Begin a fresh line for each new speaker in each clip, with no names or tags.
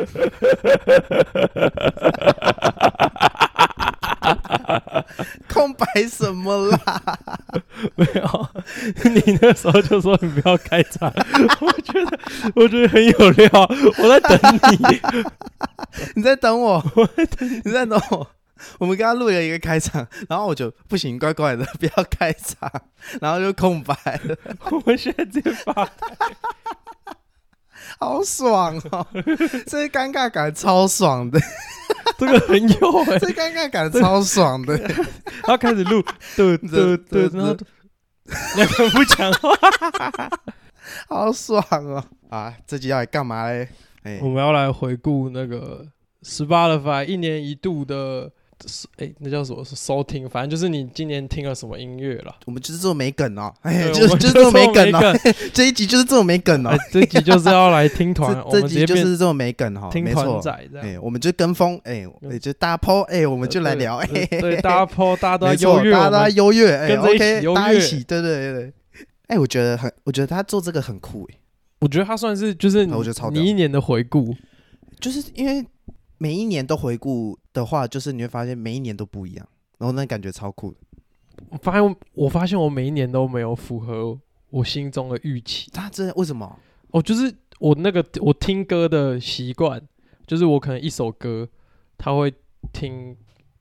空白什么啦？
没有， 你那时候就说你不要开场，我觉得我觉得很有料，我在等你。
你在等 我，你在等我。我们刚刚录了一个开场，然后我就不行，乖乖的， 不要开场，然后就空白了，
我们现在直接发，
好爽 哦！这尴尬感超爽的，
这个很有哎、
这尴尬感超爽的。
然后开始录，对对对，然后两个人不讲话。
欸好爽哦！啊，这集要来干嘛嘞？哎、
我们要来回顾那个 Spotify 一年一度的，哎、那叫什么收听？反正就是你今年听了什么音乐了。
我们就是这么没梗哦，哎、
对
就
我们
就是这么没梗
没
哦， 这一集就是这么没梗哦
哎，这集就是要来听团，我
这 这
们直接
集就
变
是这么没梗哦，
听
没
团
错。
仔这样。
哎、我们就跟风，哎、也就大家 PO，哎、我们就来聊，哎、
对，对，大家 p 大家都在
没错
优越
大家
我
都在
们，
优越，哎、
跟着
o
一起
k
优
大家一
越
起，对对对对。哎、我觉得很，我觉得他做这个很酷，哎，
我觉得他算是就是你
我觉得超屌
你一年的回顾，
就是因为每一年都回顾的话，就是你会发现每一年都不一样，然后那感觉超酷的。
我发现我发现我每一年都没有符合我心中的预期。
他真的为什么？
哦，就是我那个我听歌的习惯，就是我可能一首歌，他会听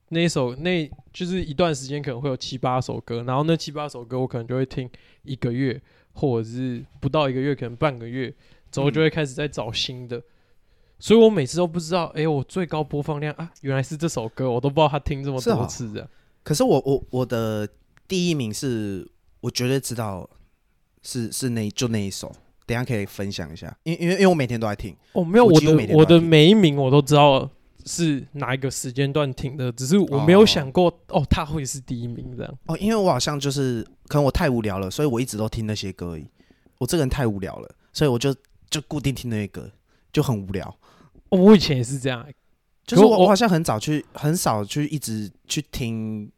那一首那就是一段时间可能会有七八首歌，然后那七八首歌我可能就会听一个月，或者是不到一个月，可能半个月之后就会开始在找新的。所以我每次都不知道，哎、我最高播放量啊，原来是这首歌，我都不知道他听这么
是哦
多次的。
可是我我我的第一名是，我绝对知道是是那就那一首，等一下可以分享一下，因因为因为我每天都在听，
哦，没有，
我
我
几乎每
的
天
我
都要
的
听
每一名我都知道是哪一个时间段听的，只是我没有
哦
想过哦他会是第一名这样。
哦，因为我好像就是可能我太无聊了，所以我一直都听那些歌而已。我这个人太无聊了，所以我就就固定听那些歌，就很无聊。
哦我以前也是这样欸、
就是
可
我
我
我好像很早去很少去一直去听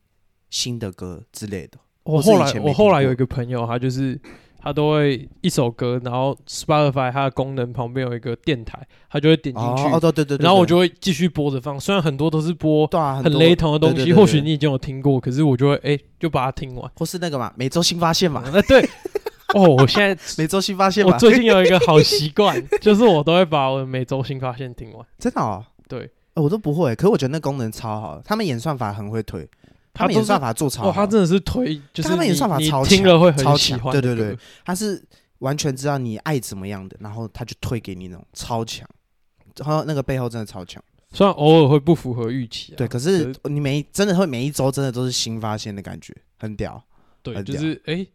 新的歌之类的。
我
是以
后来
前没听
我后来
过
有一个朋友，他就是他都会一首歌，然后 Spotify 它的功能旁边有一个电台，他就会点进去，
哦哦对对对对
然后我
对
就会继续播着放。虽然很多都是播
对啊，
很
多
雷同的东西，
对对对
或许
对
你已经有听过，可是我就会哎、就把它听完。
或是那个嘛，每周新发现 嘛，
那对，哦，我现在
每周新发现
我
嘛，
最近有一个 好习惯，就是我都会把我的每周新发现听完。
真的哦，
对
呃我都不会。可是我觉得那功能超好的，他们演算法很会推，
他
们
都
演
是
算法做超好，
哦，他真的是推，就是
他们演
你
算法
你
超
听
强
了会很
超
喜
强
欢
对
的歌。
对对他是完全知道你爱怎么样的，然后他就推给你那种超强，然后那个背后真的超强。
虽然偶尔会不符合预期啊，
对，可
可
是你每一真的会每一周真的都是新发现的感觉，很屌。
对，
很
就
屌
是哎、诶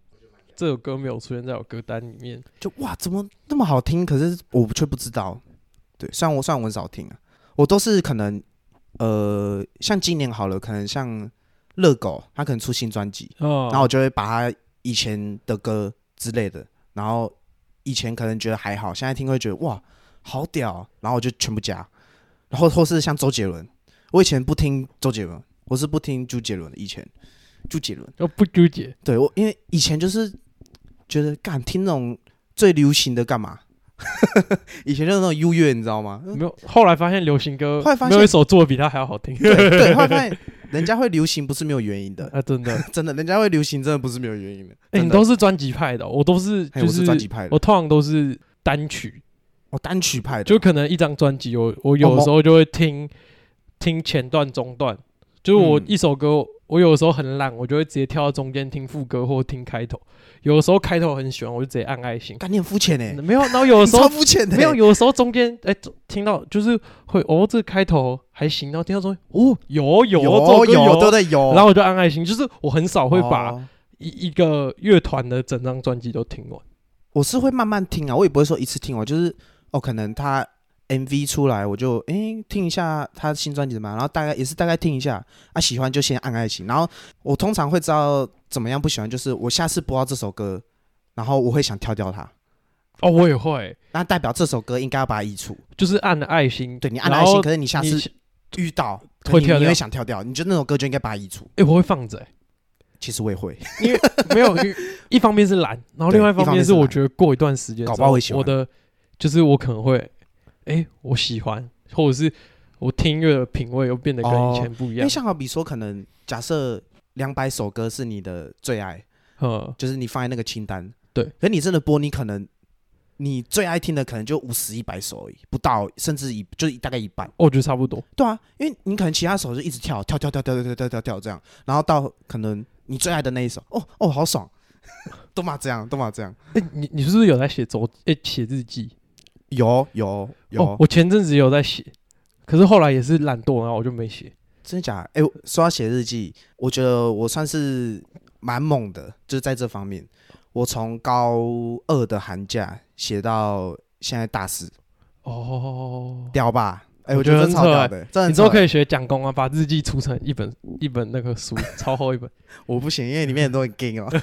这首歌没有出现在我歌单里面。
就哇，怎么那么好听？可是我却不知道。对，虽然我虽然我很少听啊，我都是可能呃，像今年好了，可能像热狗，他可能出新专辑，
哦，
然后我就会把他以前的歌之类的，然后以前可能觉得还好，现在听会觉得哇好屌，然后我就全部加，然后或是像周杰伦，我以前不听周杰伦，我是不听朱杰伦的，以前朱杰伦，
就不纠结，
对我因为以前就是觉得干听那种最流行的干嘛，以前就是那种优越，你知道吗？
没有。后来发现流行歌
后来发，
没有
现
一首做的比他还要好听。
对对，后来发现人家会流行不是没有原因的，
啊，真 的。
真的，人家会流行真的不是没有原因的。
哎、
真
你
的
都是专辑派的哦、我都是
嘿
就
我是专辑派的
我通常都是单曲，
哦单曲派的，
就可能一张专辑，我我有的时候就会听听前段、中段，就是我
嗯
一首歌。我有的时候很懒，我就会直接跳到中间听副歌或听开头。有的时候开头很喜欢，我就直接按爱心。
干你很肤浅哎。
没有，然后嗯有的时候
超肤浅的、 欸
没有，有的时候中间哎、中听到就是会哦，这个开头还行，然后听到中间哦，有有这首
有
歌
对不对？有，
然后我就按爱心，就是我很少会把
哦
一一个乐团的整张专辑都听完。
我是会慢慢听啊，我也不会说一次听完，就是哦，可能他 MV 出来我就诶、听一下他新专辑怎么样，然后大概也是大概听一下啊，喜欢就先按爱心，然后我通常会知道怎么样不喜欢，就是我下次播到这首歌，然后我会想跳掉它，
哦，我也会，
那代表这首歌应该要把它移除，
就是按了爱心，
对你按了
然
爱
后
心，可是你下
你
次遇到可
会
能你
跳
你
掉
会想跳掉，你觉得那首歌就应该把它移除，
哎、我会放着、哎
其实我也会，
没有，因为一方面是懒，然后
对
另外一
一方面
面
是
我
懒
觉得过一段时间之
搞
后，
不好会喜欢
我的就是我可能会哎、我喜欢，或者是我听音乐的品味又变得跟
哦
以前不一
因
样
为。像好比说，可能假设两百首歌是你的最爱，
嗯，
就是你放在那个清单，
对
可你真的播，你可能你最爱听的可能就五十、一百首而已，不到，甚至一就是大概一半。
我觉得差不多。
对啊，因为你可能其他首就一直跳跳跳跳跳跳跳跳跳跳这样，然后到可能你最爱的那一首，哦哦，好爽， 都嘛这样，都嘛这样，
哎、你你是不是有在写周哎写、日记？
有有有，啊
哦，我前阵子有在写，可是后来也是懒惰，然后我就没写。
真的假的？哎、我说到写日记，我觉得我算是蛮猛的，就是在这方面，我从高二的寒假写到现在大四，
哦，
屌吧？哎、
我
我觉得
觉得
这
很
超
扯
屌
哎
的，真的
你
很
之
扯
后可
哎。
以学蒋公啊，把日记出成一本一本那个书，超 厚一本。
我不行，因为里面很多很 gay 哦，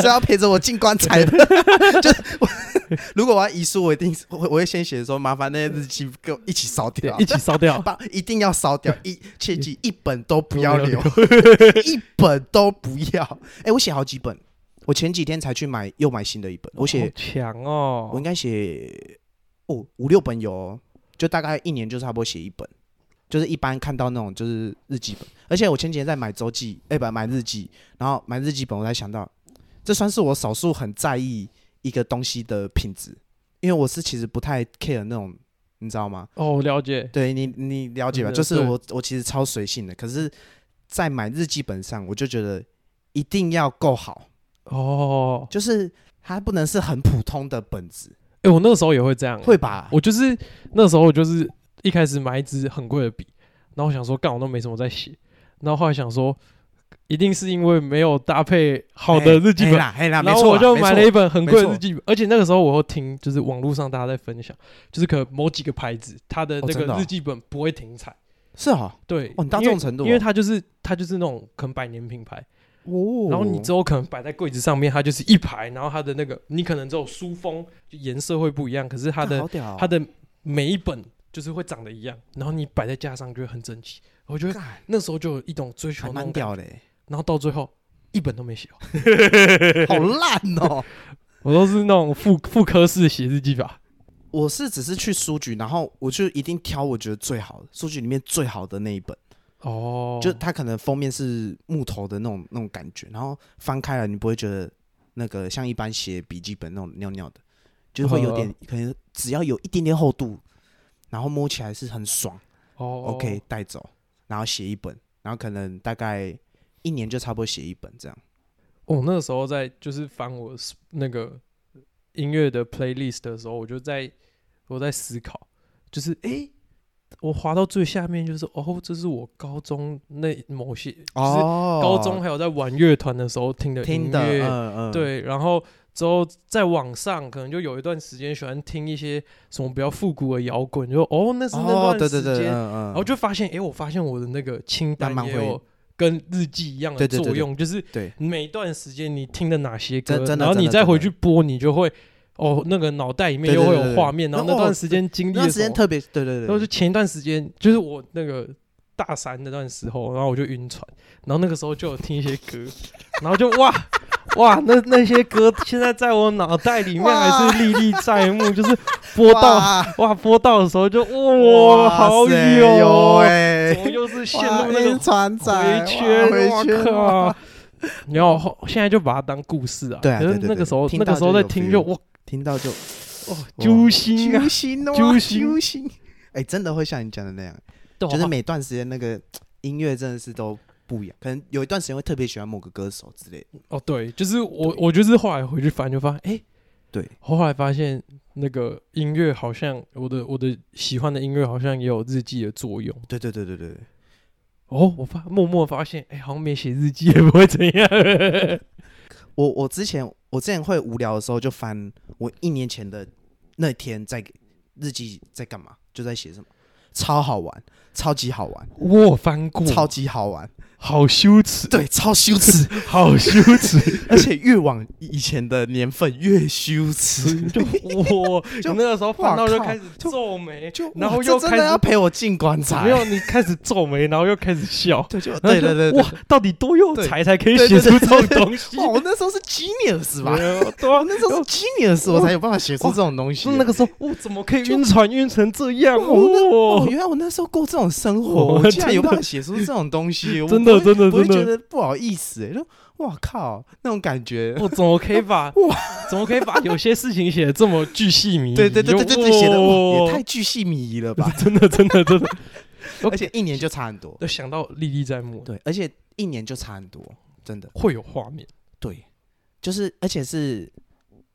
是要陪着我进棺材的。 就是我， 如果我要遗书，我一定我我会先写说，麻烦那些日记跟我一起烧
对
掉，，
一起烧掉。
把一定要烧掉，一切记一本都不要留
不，
一本都不要。哎、我写好几本，我前几天才去买，又买新的一本。我
好
写，
强
我应
哦！
该写哦五六本有、哦，就大概一年就差不多写一本，就是一般看到那种就是日记本。而且我前几天在买周记，哎、不买日记，然后买日记本，我才想到，这算是我少数很在意一个东西的品质，因为我是其实不太 care 那种，你知道吗？
哦，我了解。
对你，你了解吧？
嗯
就是
对
我，我其实超随性的，可是，在买日记本上，我就觉得一定要够好，
哦，
就是它不能是很普通的本子，
哎、我那时候也会这样、
会吧？
我就是那时候我就是一开始买一支很贵的笔，然后我想说干我都没什么在写，然后后来想说一定是因为没有搭配好的日记
嘿
本，
哎啦，嘿啦，没
然后
错
我
啦，
就
没
买
错啊
了一本很贵的
没错
日记本，而且那个时候我会听就是网络上大家在分享，就是可能某几个牌子它的
哦
那
真的
个
哦
日记本不会停产，
是哦，
对，
哦，你到
因
这
为
种程度哦，
因为它就是它就是那种可能百年品牌，
哦，
然后你之后可能摆在柜子上面，它就是一排，然后它的那个你可能只有书封就颜色会不一样，可是它的
好屌哦，
它的每一本就是会长得一样，然后你摆在架上就会很整齐。我觉得
干
那时候就有一种追求
还
那
蛮
种感觉，
屌的欸，
然后到最后一本都没写好，哦
好烂哦。
我都是那种副副科式写日记法。
我是只是去书局，然后我就一定挑我觉得最好的书局里面最好的那一本。
哦，
就它可能封面是木头的那种那种感觉，然后翻开来你不会觉得那个像一般写笔记本那种尿尿的，就是会有
嗯
点、可能只要有一点点厚度，然后摸起来是很爽、
哦
o k 带走，然后写一本，然后可能大概一年就差不多写一本这样。
我那个时候在就是翻我 s- 那个音乐的 playlist 的时候，我就在我在思考，就是诶、我滑到最下面就是哦，这是我高中那某些，就是
哦
高中还有在玩乐团的时候听的音
听的，
乐，
嗯嗯，，
对，然后之后在网上可能就有一段时间喜欢听一些什么比较复古的摇滚，就哦那是那
哦，
段
对
时
对
间，
对，嗯
然后
嗯，
就发现诶，我发现我的那个清单
慢慢
也
会
有跟日记一样的
对对
作
对对
用，就是
对
每段时间你听的哪些
真
歌，
真的
然后
真
你
的
再
真
回
的
去播，你就会哦那个脑袋里面
对对
又会
对
有
对
画
对
面，然后
那
那段
哦
时间经历
那
了
段时
什
间
么，
特别，对对
然后
对
就，前一段时间就是我那个。大三那段时候，然后我就晕船，然后那个时候就有听一些歌，然后就哇 哇，那那些歌现在在我脑袋里面还是历历在目，就是播到
哇
哇播到的时候就哇好哦
塞
友，
哎
怎么又是陷
哇
入那种
船
回
仔
圈，
哇
我
回圈，
靠！然后后现在就把它当故事啊，
对啊
可是
对对
那
对
个时候
听
那
到
个时候
就
在
有
听
feel
就哇
听到就
哦揪心啊
揪，心哦，
揪心
揪心。哎，真的会像你讲的那样，
对啊
就是每段时间那个音乐真的是都不一样，可能有一段时间会特别喜欢某个歌手之类的。
哦对，就是我我就是后来回去翻就发现，哎，
对，
我后来发现那个音乐好像我的我的喜欢的音乐好像也有日记的作用
对对对对对，对
哦，我发默默发现，哎，好像没写日记也不会怎样，
我我之前我之前会无聊的时候就翻我一年前的那天在日记在干
哦
嘛，就在写什么，超好玩，超级好玩，
我有翻过，
超级好玩。
好羞耻，
对，超羞耻，
好羞 耻，
而且越往以前的年份越羞耻，
就我
就
那个时候
哇
看到就
靠
开始
就
皱眉，
就
然后
哇
又
这
开
真的
始
要陪我进棺材
没，有你开始皱眉，然后又开始笑，
对，就
然后
对
就
对对对，
哇，到底多有才才可以
对
写
对对
出这种
对对
东西？
哇，我那时候是 genius 吧
没？有对啊
我，那时候是 genius，我才有办法写出这种东西
就。那个时候，我哦怎么可以
就
晕船晕成这样？
哇我那哦，
哦，
原来我那时候过这种生活，
哇
我竟然
真的
有办法写出这种东西，我
真
不
的
会
真的
不会
真的
觉得不好意思，哎就哇靠那种感觉。
我哦怎么可以 把
哇
怎么可以把 有些事情写得这么巨细靡 遗？
对对对对对对，
就
写的哇
哦！
也太巨细靡遗了吧
真的真的真的，
而且一年就差很多，
都想到历历在目，
对，而且一年就差很多，真的
会有画面。
对，就是而且是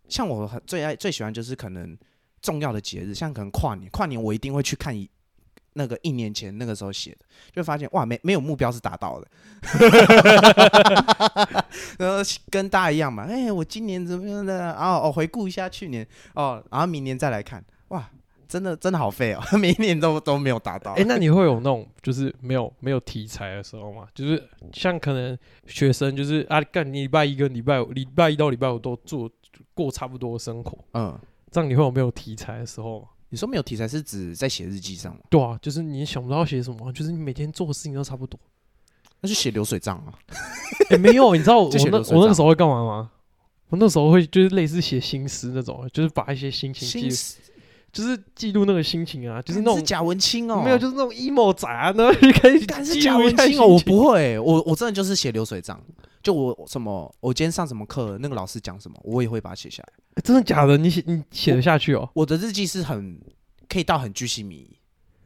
像我很最爱最喜欢就是可能重要的节日，像可能跨年，跨年我一定会去看一那个一年前那个时候写的，就发现哇没没有目标是达到的， 然后跟大家一样嘛，哎、我今年怎么样的，然后哦回顾一下去年哦，然后明年再来看，哇。真的真的好废哦， 每一年都都没有达到。
哎、那你会有那种就是没有没有题材的时候吗？就是像可能学生就是啊，干你礼拜一跟礼拜五，礼拜一到礼拜五都做过差不多的生活，
嗯，
这样你会有没有题材的时候吗？
你说没有题材是指在写日记上吗？
对啊，就是你想不到写什么，就是你每天做的事情都差不多。
那就写流水账啊。
哎、没有，你知道我
就写
那
流水账
我那个时候会干嘛吗？我那时候会就是类似写心思那种，就是把一些心情记录，就是记录那个心情啊，就是那
干
种
是贾文清哦，
没有，就是那种 emo 仔啊，那就开始
但是
记
贾
录一
文
下
清哦，我
心情
不会，我我真的就是写流水账。就我什么，我今天上什么课，那个老师讲什么，我也会把它写下来。
欸真的假的？你写你写得下去哦？
我的日记是很可以到很居心迷，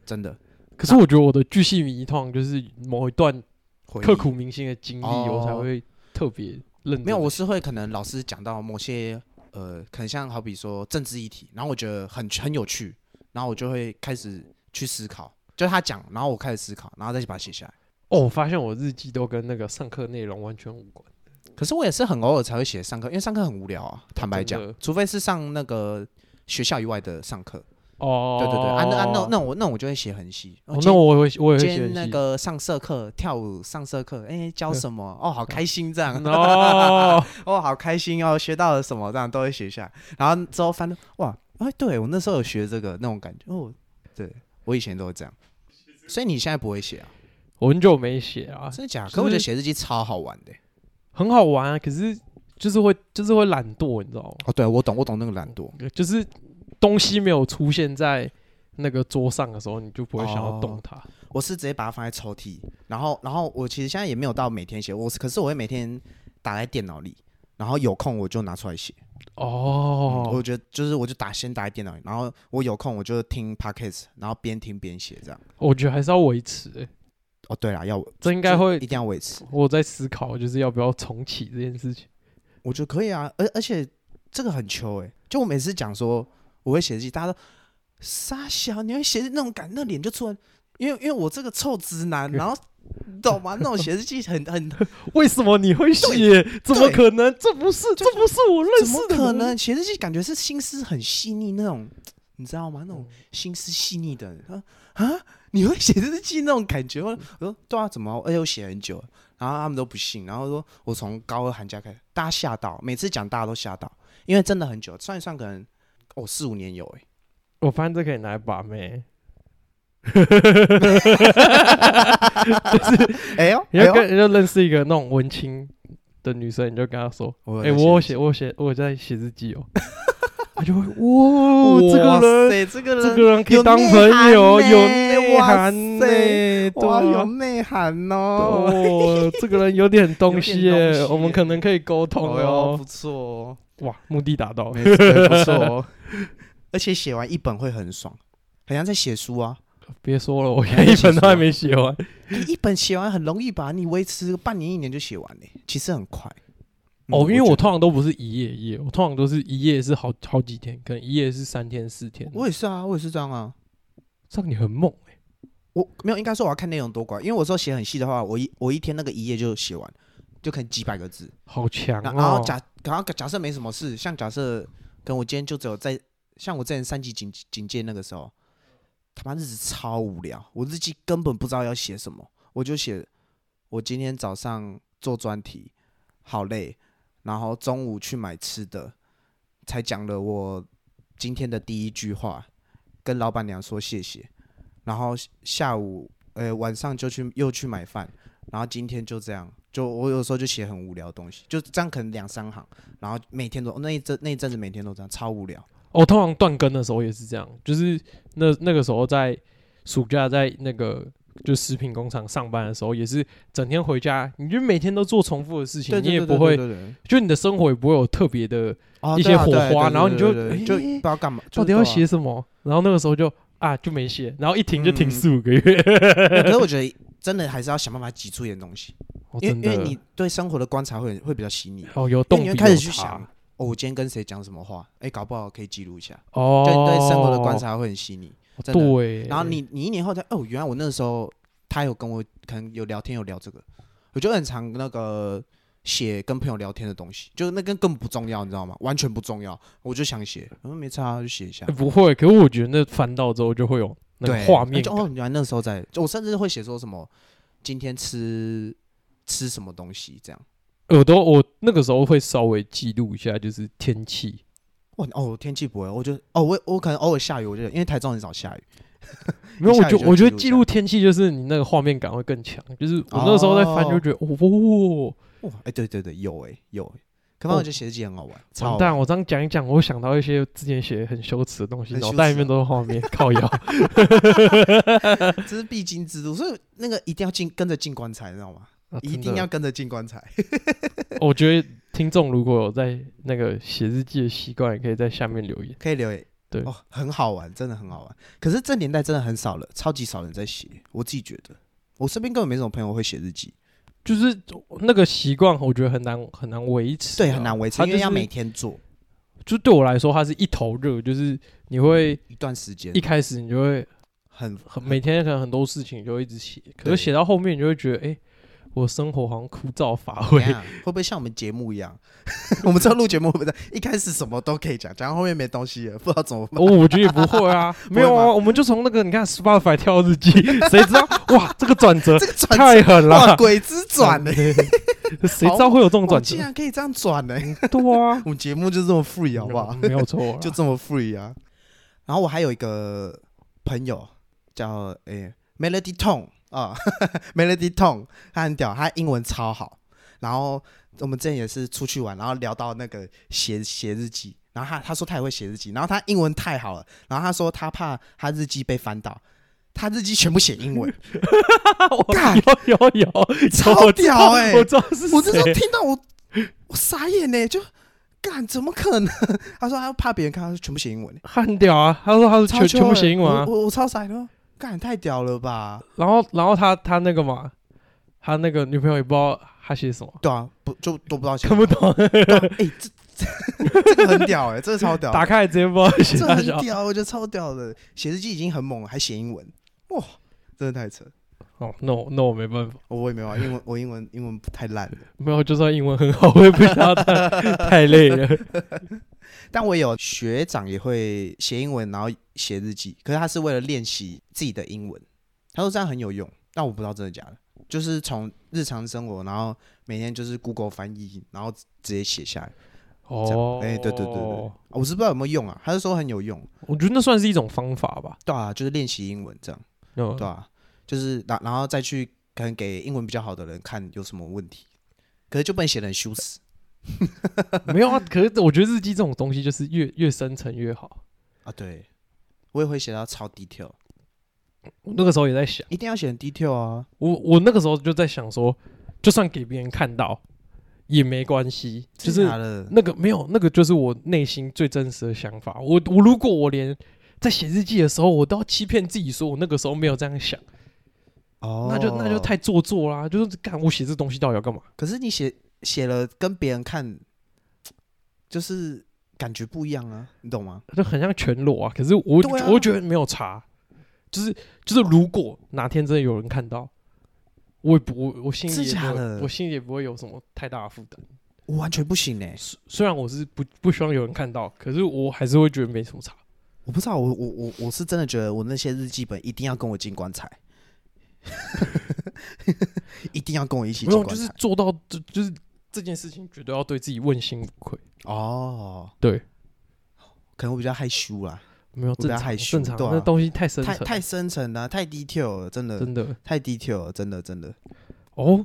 真的
可是我觉得我的巨细迷通就是某一段
啊回忆
刻骨铭心的经历，
哦
我才会特别认真。
没有，我是会可能老师讲到某些呃，可能像好比说政治议题，然后我觉得很很有趣，然后我就会开始去思考，就他讲，然后我开始思考，然后再去把它写下来。
哦，我发现我日记都跟那个上课内容完全无关。
可是我也是很偶尔才会写上课，因为上课很无聊啊。坦白
真的
讲，除非是上那个学校以外的上课。
哦，
对对对，啊那啊那那我那我就会写很细。
哦
今
那我会我也会
今
写
天
日
那
记
个上社课跳舞上社课，哎教什么？哦好开心这样，
哦，
哦好开心哦学到了什么这样都会写下来。然后之后翻到哇，哎对我那时候有学这个那种感觉哦，对我以前都是这样。所以你现在不会写啊？
我很久没写啊，
真的假的？
就是
可我觉得写日记超好玩的欸、
很好玩啊，可是就是会就是会懒惰，你知道吗？呃
哦，对，我懂，我懂那个懒惰。
就是东西没有出现在那个桌上的时候，你就不会想
哦
要动它。
我是直接把它放在抽屉，然后然后我其实现在也没有到每天写，我是可是我会每天打在电脑里，然后有空我就拿出来写。
哦，
嗯我觉得就是我就打先打在电脑里，然后我有空我就听 podcast，然后边听边写这样。
我觉得还是要维持、欸，
哦，对啦，要
这应该会
一。定要维持，
我在思考，就是要不要重启这件事情。
我觉得可以啊，而而且这个很秋哎、就我每次讲说我会写日记，大家都傻小，你会写那种感，那脸就出来，因为因为我这个臭直 男，然后你懂吗？那种写日记很很
为什么你会写？怎么可能？这不是，这不是我认
怎
识
么
的人。
可能？写日记感觉是心思很细腻那种，你知道吗？那种
嗯
心思细腻的人啊啊，你会写日记那种感觉？我我说对啊，怎么？而且我写很久了，然后他们都不信，然后说我从高二寒假开始，大家吓到，每次讲大家都吓到，因为真的很久，算一算可能哦四五年有哎、
我发现这可以拿来把妹。
欸，哎呦
你
哎
要
呦，
跟你要认识一个那种文青的女生，你就跟她说：“
我
哎、
有在
我有
写
写，我有写，我有在写日 记哦。”她就会哇，这
哇
个人，
塞这个人
这个人可以当朋友，有内涵呢、
对，欸
对
哇有
啊。
内涵哦，
哦，这个人有点东西耶、
有点东西耶
我们可能可以沟通
哦
哦
哟。不错哦。
哇，目的达到，
没错，不错哦。 而且写完一本会很爽，很像在写书啊。
别说了，我连 一本都还没 写完。
你一本写完很容易吧？你维持半年一年就写完嘞、其实很快。
哦，因为我
嗯觉得
通常都不是一页一页，我通常都是一页是好好几天，可能一页是三天四天。
我也是啊，我也是这样啊。
这样你很猛哎、
我没有，应该说我要看内容多寡，因为我说写很细的话，我一我一天那个一页就写完，就可能几百个字。
好强
然
哦！
然后假，然后假设没什么事，像假设跟我今天就只有在，像我之前三级警警戒那个时候，他妈日子超无聊，我日记根本不知道要写什么，我就写我今天早上做专题，好累，然后中午去买吃的，才讲了我今天的第一句话，跟老板娘说谢谢，然后下午呃晚上就去又去买饭，然后今天就这样，就我有时候就写很无聊的东西，就这样可能两三行，然后每天都哦那一阵那一阵子每天都这样，超无聊。
我、哦通常断更的时候也是这样，就是那那个时候在暑假在那个就食品工厂上班的时候，也是整天回家，你就每天都做重复的事情，
对，对
你也不会，
对对对对
就你的生活也不会有特别的
哦
一
对
些
啊
火
对
花
对
然后
对
你就
对对啊
诶
就不知道干嘛，
到底
就是
要
对啊
写什么，然后那个时候就啊就没写，然后一停就停
嗯
四五个月，
没有啊可是我觉得真的还是要想办法挤出一点东西，
哦
因
真
为因为
的
你对生活的观察会很会比较细腻，
哦有
因为
动
你
笔
会开始
有
去
查
想，哦，我今天跟谁讲什么话，哎，搞不好可以记录一下，
哦，
就你对生活的观察会很细腻，真的。
对，
然后你你一年后才，哦，原来我那时候他有跟我可能有聊天有聊这个，我就很常那个写跟朋友聊天的东西，就是那根根本不重要，你知道吗？完全不重要，我就想写，嗯，没差啊就写一下
欸。不会，可是我觉得那翻到之后就会有那个
对，
画面
就
感，
哦，原来那时候在，就我甚至会写说什么今天吃吃什么东西这样。
我都我那个时候会稍微记录一下，就是天气。
哇哦，天气不会，我就哦，我我可能偶尔下雨，我就因为台中很少下雨，
没有，
一
我
下雨
就
就
我觉
记录
得记
下
录天气就是你那个画面感会更强。就是我那时候在翻就觉得，哦，
哇，哎、对对对，有哎、有哎、可能我觉得写日记很好玩，超
完
好
蛋！
玩。
我这样讲一讲，我想到一些之前写的很羞耻的东西，
很羞
脑
耻啊
袋里面都是画面，靠腰。啊
这是必经之路，所以那个一定要进跟着进棺材，你知道吗？
啊
一
真
定
的
要跟着进棺材。
我觉得听众如果有在那个写日记的习惯，也可以在下面留言。
可以留言。
对
哦，很好玩，真的很好玩。可是这年代真的很少了，超级少人在写。我自己觉得，我身边根本没什么朋友会写日记，
就是那个习惯，我觉得很难很难维持啊，
对，很难维持，
它
因
就
为要
是
每天做
就对我来说，它是一头热，就是你会
一段时间
一，开始你就会
很
很每天可能很多事情你就会一直写，可
对
是写到后面你就会觉得，哎、我生活好像枯燥乏
怎
味。
样会不会像我们节目一样？ 我们这录节目会不会这样一开始什么都可以讲，讲到后面没东西了，不知道怎么办？
哦，我觉得也不 会啊，没有啊，
吗
我们就从那个你看 Spotify 跳日记，谁知道哇，这个转折
这个转折
太狠
哇，
了，啊
鬼之 转呢、
谁知道会有这种
我
转
竟
折？
然可以这样转呢、
对 啊，
我们节目就这么 free 好不好？
没有错啊，
就这么 free 啊。然后我还有一个朋友叫诶、Melody Tong 啊、m e l o d y Tong，他很屌，他英文超好。然后我们之前也是出去玩，然后聊到那个写写日记，然后他他说他也会写日记，然后他英文太好了，然后他说他怕他日记被翻到，他日记全部写英文，
我
干
有有有，有
超屌欸
我知道我知道是
我这时候
谁
听到我我傻眼呢、就干怎么可能？ 他说他怕别人看，他说全部写英文、
他很屌啊，他说他是
超
全
秋
全部
的
写英文啊
我，我我超傻的，干太屌了吧？
然后然后他他那个嘛，他那个女朋友也不知道他写什么，
对啊，不就都不知道写
看不懂，
对啊哎、这这 个很屌哎、这个超屌，
打开来直接不知道写
这
啥
很
小。
屌，我觉得超屌的。写日记已经很猛了，还写英文，哇，真的太扯。
哦，那我那我没办法，
我也没有啊，英文我英文英文太烂了，
没有，就算英文很好，我也不知道太太累 了。
但我有学长也会写英文，然后写日记，可是他是为了练习自己的英文，他说这样很有用，但我不知道真的假的。就是从日常生活，然后每天就是 Google 翻译，然后直接写下来。这样
哦，
哎、对对对对，我是不知道有没有用啊，他是说很有用，
我觉得那算是一种方法吧。
对啊，就是练习英文这样，
嗯
对啊，就是然然后再去可能给英文比较好的人看有什么问题，可是就被写的很羞耻
没有啊，可是我觉得日记这种东西就是越越深层越好。
啊，对，我也会写到超 detail，
我那个时候也在想，
一定要写很 detail 啊，
我我那个时候就在想说，就算给别人看到也没关系，就是
他的
那个没有，那个就是我内心最真实的想法。我我如果我连在写日记的时候，我都要欺骗自己说我那个时候没有这样想，
哦，
那就那就太做作啦。就是干我写这东西到底要干嘛？
可是你写写了跟别人看，就是感觉不一样啊，你懂吗？
就很像全裸啊。可是我、
对啊
我觉得没有差，就是就是如果哪天真的有人看到，我也不我我心里也
真假
不
的
会我心里也不会有什么太大的负担。
我完全不行哎、
虽虽然我是不不希望有人看到，可是我还是会觉得没什么差。
我不知道，我我我我是真的觉得我那些日记本一定要跟我进棺材。 一定要跟我一起
没
进
有，
棺
就是
材
做到，就就是这件事情绝对要对自己问心无愧。
哦，
对，
可能我比较害羞啦，
没有
比较
正常
害羞
正常，
对啊
那东西太深
太
沉，
太深沉了，太 detail 了，真的
真的
太 detail 了，真的真的。
哦。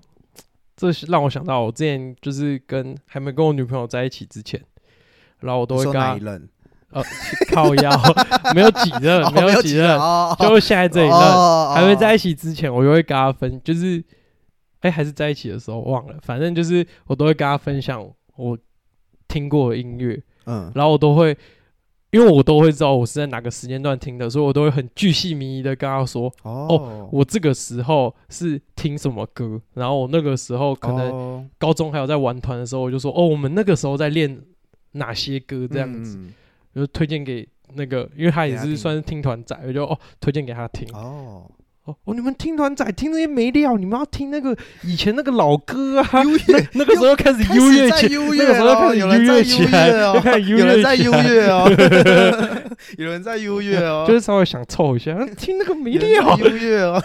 这是让我想到，我之前就是跟还没跟我女朋友在一起之前，然后我都
你
会
说
跟她
哪一任？
呃靠腰， 没有几任，
哦
有
有
几
几任
任，
哦，
就现在这一任，
哦
还没在一起之前，我就会跟他分，就是，哎、还是在一起的时候忘了，反正就是我都会跟他分享我听过的音乐，
嗯
然后我都会，因为我都会知道我是在哪个时间段听的，所以我都会很巨细靡遗的跟他说，
哦，
我这个时候是听什么歌，然后我那个时候可能
能
高中还有在玩团的时候，我就说，哦，我们那个时候在练哪些歌这样子，
子
就推荐给那个，因为他也
给他
是
听
算是听团仔，我就哦推荐给他听。
哦，
哦哦，你们听团仔听那些没料，你们要听那个以前那个老歌啊， 那那个时候开始
开
优
始
越
在
起来，
优
那个
越
时候开
了，有
始优
人在
越起
优越
来，又
哦，
开始优
有人在
越起
优
来，
越哦， 有人在优越哦，
就是稍微想凑一下， 听那个没
有人在
料，
优越哦。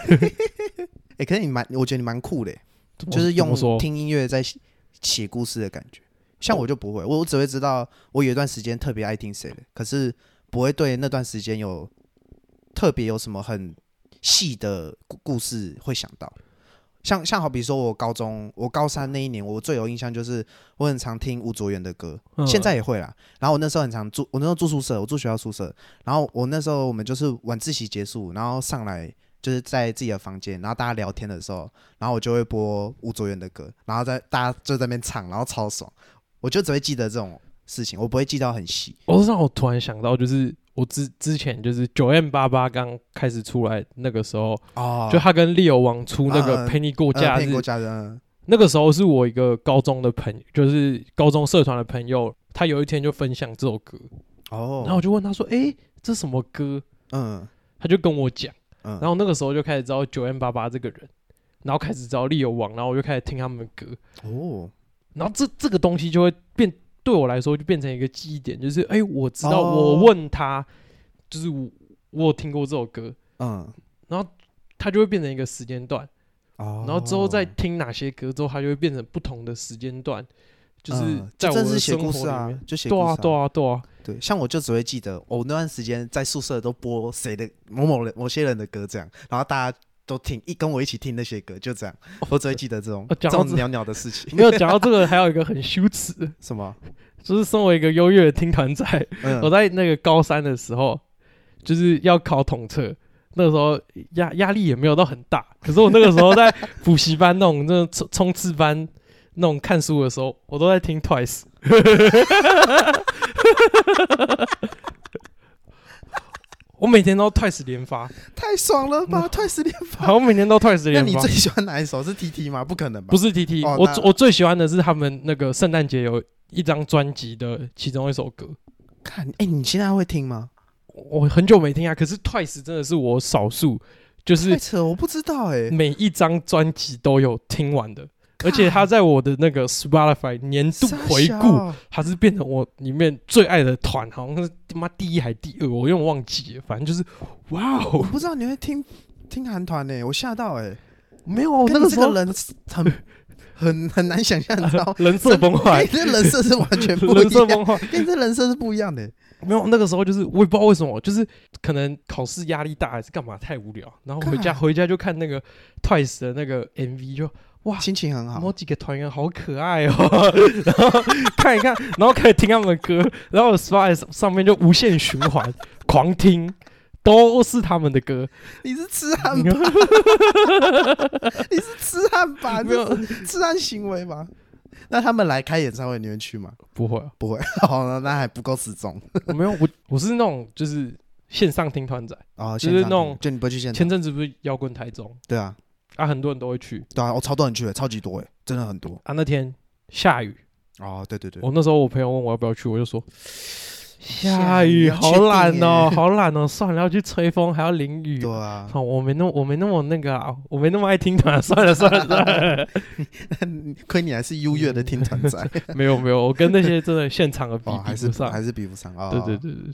哎，可是你蛮，我觉得你蛮酷的，欸
怎么
就是
怎
用
么说
听音乐在写写故事的感觉。像我就不会，我我只会知道我有一段时间特别爱听谁的，可是不会对那段时间有特别有什么很细的故故事会想到。像像好比说，我高中我高三那一年，我最有印象就是我很常听吴卓源的歌，
嗯
现在也会啦。然后我那时候很常住，我那时候住宿舍，我住学校宿舍。然后我那时候我们就是晚自习结束，然后上来就是在自己的房间，然后大家聊天的时候，然后我就会播吴卓源的歌，然后在大家就在那边唱，然后超爽。我就只会记得这种事情，我不会记到很细。
我是让我突然想到，就是我之之前就是九 M 八八刚开始出来那个时候，
哦
就他跟利友王出那
嗯
个
嗯
陪你过假日
过，家嗯人，
那个时候是我一个高中的朋友，就是高中社团的朋友，他有一天就分享这首歌，
哦，
然后我就问他说：“诶，这什么歌
嗯？”
他就跟我讲，
嗯，
然后那个时候就开始知道九 M 八八这个人，然后开始知道利友王，然后我就开始听他们的歌，
哦，
然后这这个东西就会变对我来说就变成一个记忆点，就是诶，我知道
哦
我问他，就是我我有听过这首歌，
嗯，
它就会变成一个时间段，
哦，
然后之后再听哪些歌之后，它就会变成不同的时间段，就是
嗯
在
就
我
真
的
是写
生
故
活
事
里
啊
面。，
就写
对
故事
啊，对啊，对啊，
对，像我就只会记得我那段时间在宿舍都播谁的某某人某些人的歌这样，然后大家都听一跟我一起听那些歌，就这样，我只会记得这种
哦
这
讲到
种
这
鸟鸟的事情。
没有讲到这个，还有一个很羞耻的，
什么？
就是身为一个优越的听团仔，我
嗯，
在那个高三的时候，就是要考统测，那时候压压力也没有到很大。可是我那个时候在补习班那种那种冲冲刺班那种看书的时候，我都在听 Twice。我每天都 Twice 连发，
太爽了吧！太失恋吧？
嗯好，我每天都 Twice
那
连
你
发
最。喜欢哪一首？是 T T 吗？不可能吧？
不
是，
是 TT，、
哦
我
那
最我最喜欢的是他们那个圣诞节有一张专辑的其中一首歌，
看，哎，你现在会听吗？
我很久没听啊，可是 Twice 真的是我少数，就是
太扯，我不知道哎。
每一张专辑都有听完的，而且它在我的那个 Spotify 年度
傻
回顾，
小，
它是变成我里面最爱的团，好像是他妈第一还第二，我有点忘记了，反正就是哇
我
哦，
不知道你会听听韩团呢，我吓到哎。
没有啊，我
我
那
那
个
个
时
这
候
个人是很很很难想象，你知道吗？
人设崩坏
哎， 这人设是完全不一
人设
样，
崩坏，
跟这人设是不一样的。
没有那个时候就是我也不知道为什么，就是可能考试压力大还是干嘛太无聊，然后回 家
干
回家就看那个 Twice 的那个 MV 就哇
心情很好
某，几个团员好可爱哦， 然后看一看，然后开始听他们的歌， 然后 Spotify 上面就无限循环， 狂听，都是他们的歌。
你是痴汉
你
吧？
看
你是痴汉吧？
没有
这是痴汉行为吧？那他们来开演唱会，你会去吗？
不会啊，
不会， 好，那那还不够死忠
我没有，我我是那种就是线上听团仔。
哦。
就
现
是
场
那种
就你不会去现场？
前阵子不是摇滚台中
对啊，
啊，很多人都会去
对啊，我超多人去的，超级多哎，真的很多
啊。那天下雨，
哦。对对对，
我那时候我朋友问我要不要去，我就说。下
下
雨
雨
好懒哦，好懒哦，算了，要去吹风还要淋雨。
对啊，
好，我没那我没那么那个啊，我没那么爱听团， 算了算了算了。
亏你还是优越的听团仔
没有没有，我跟那些真的现场的比
哦，还
比
是
不上。
还是比不上啊。哦
对对对对，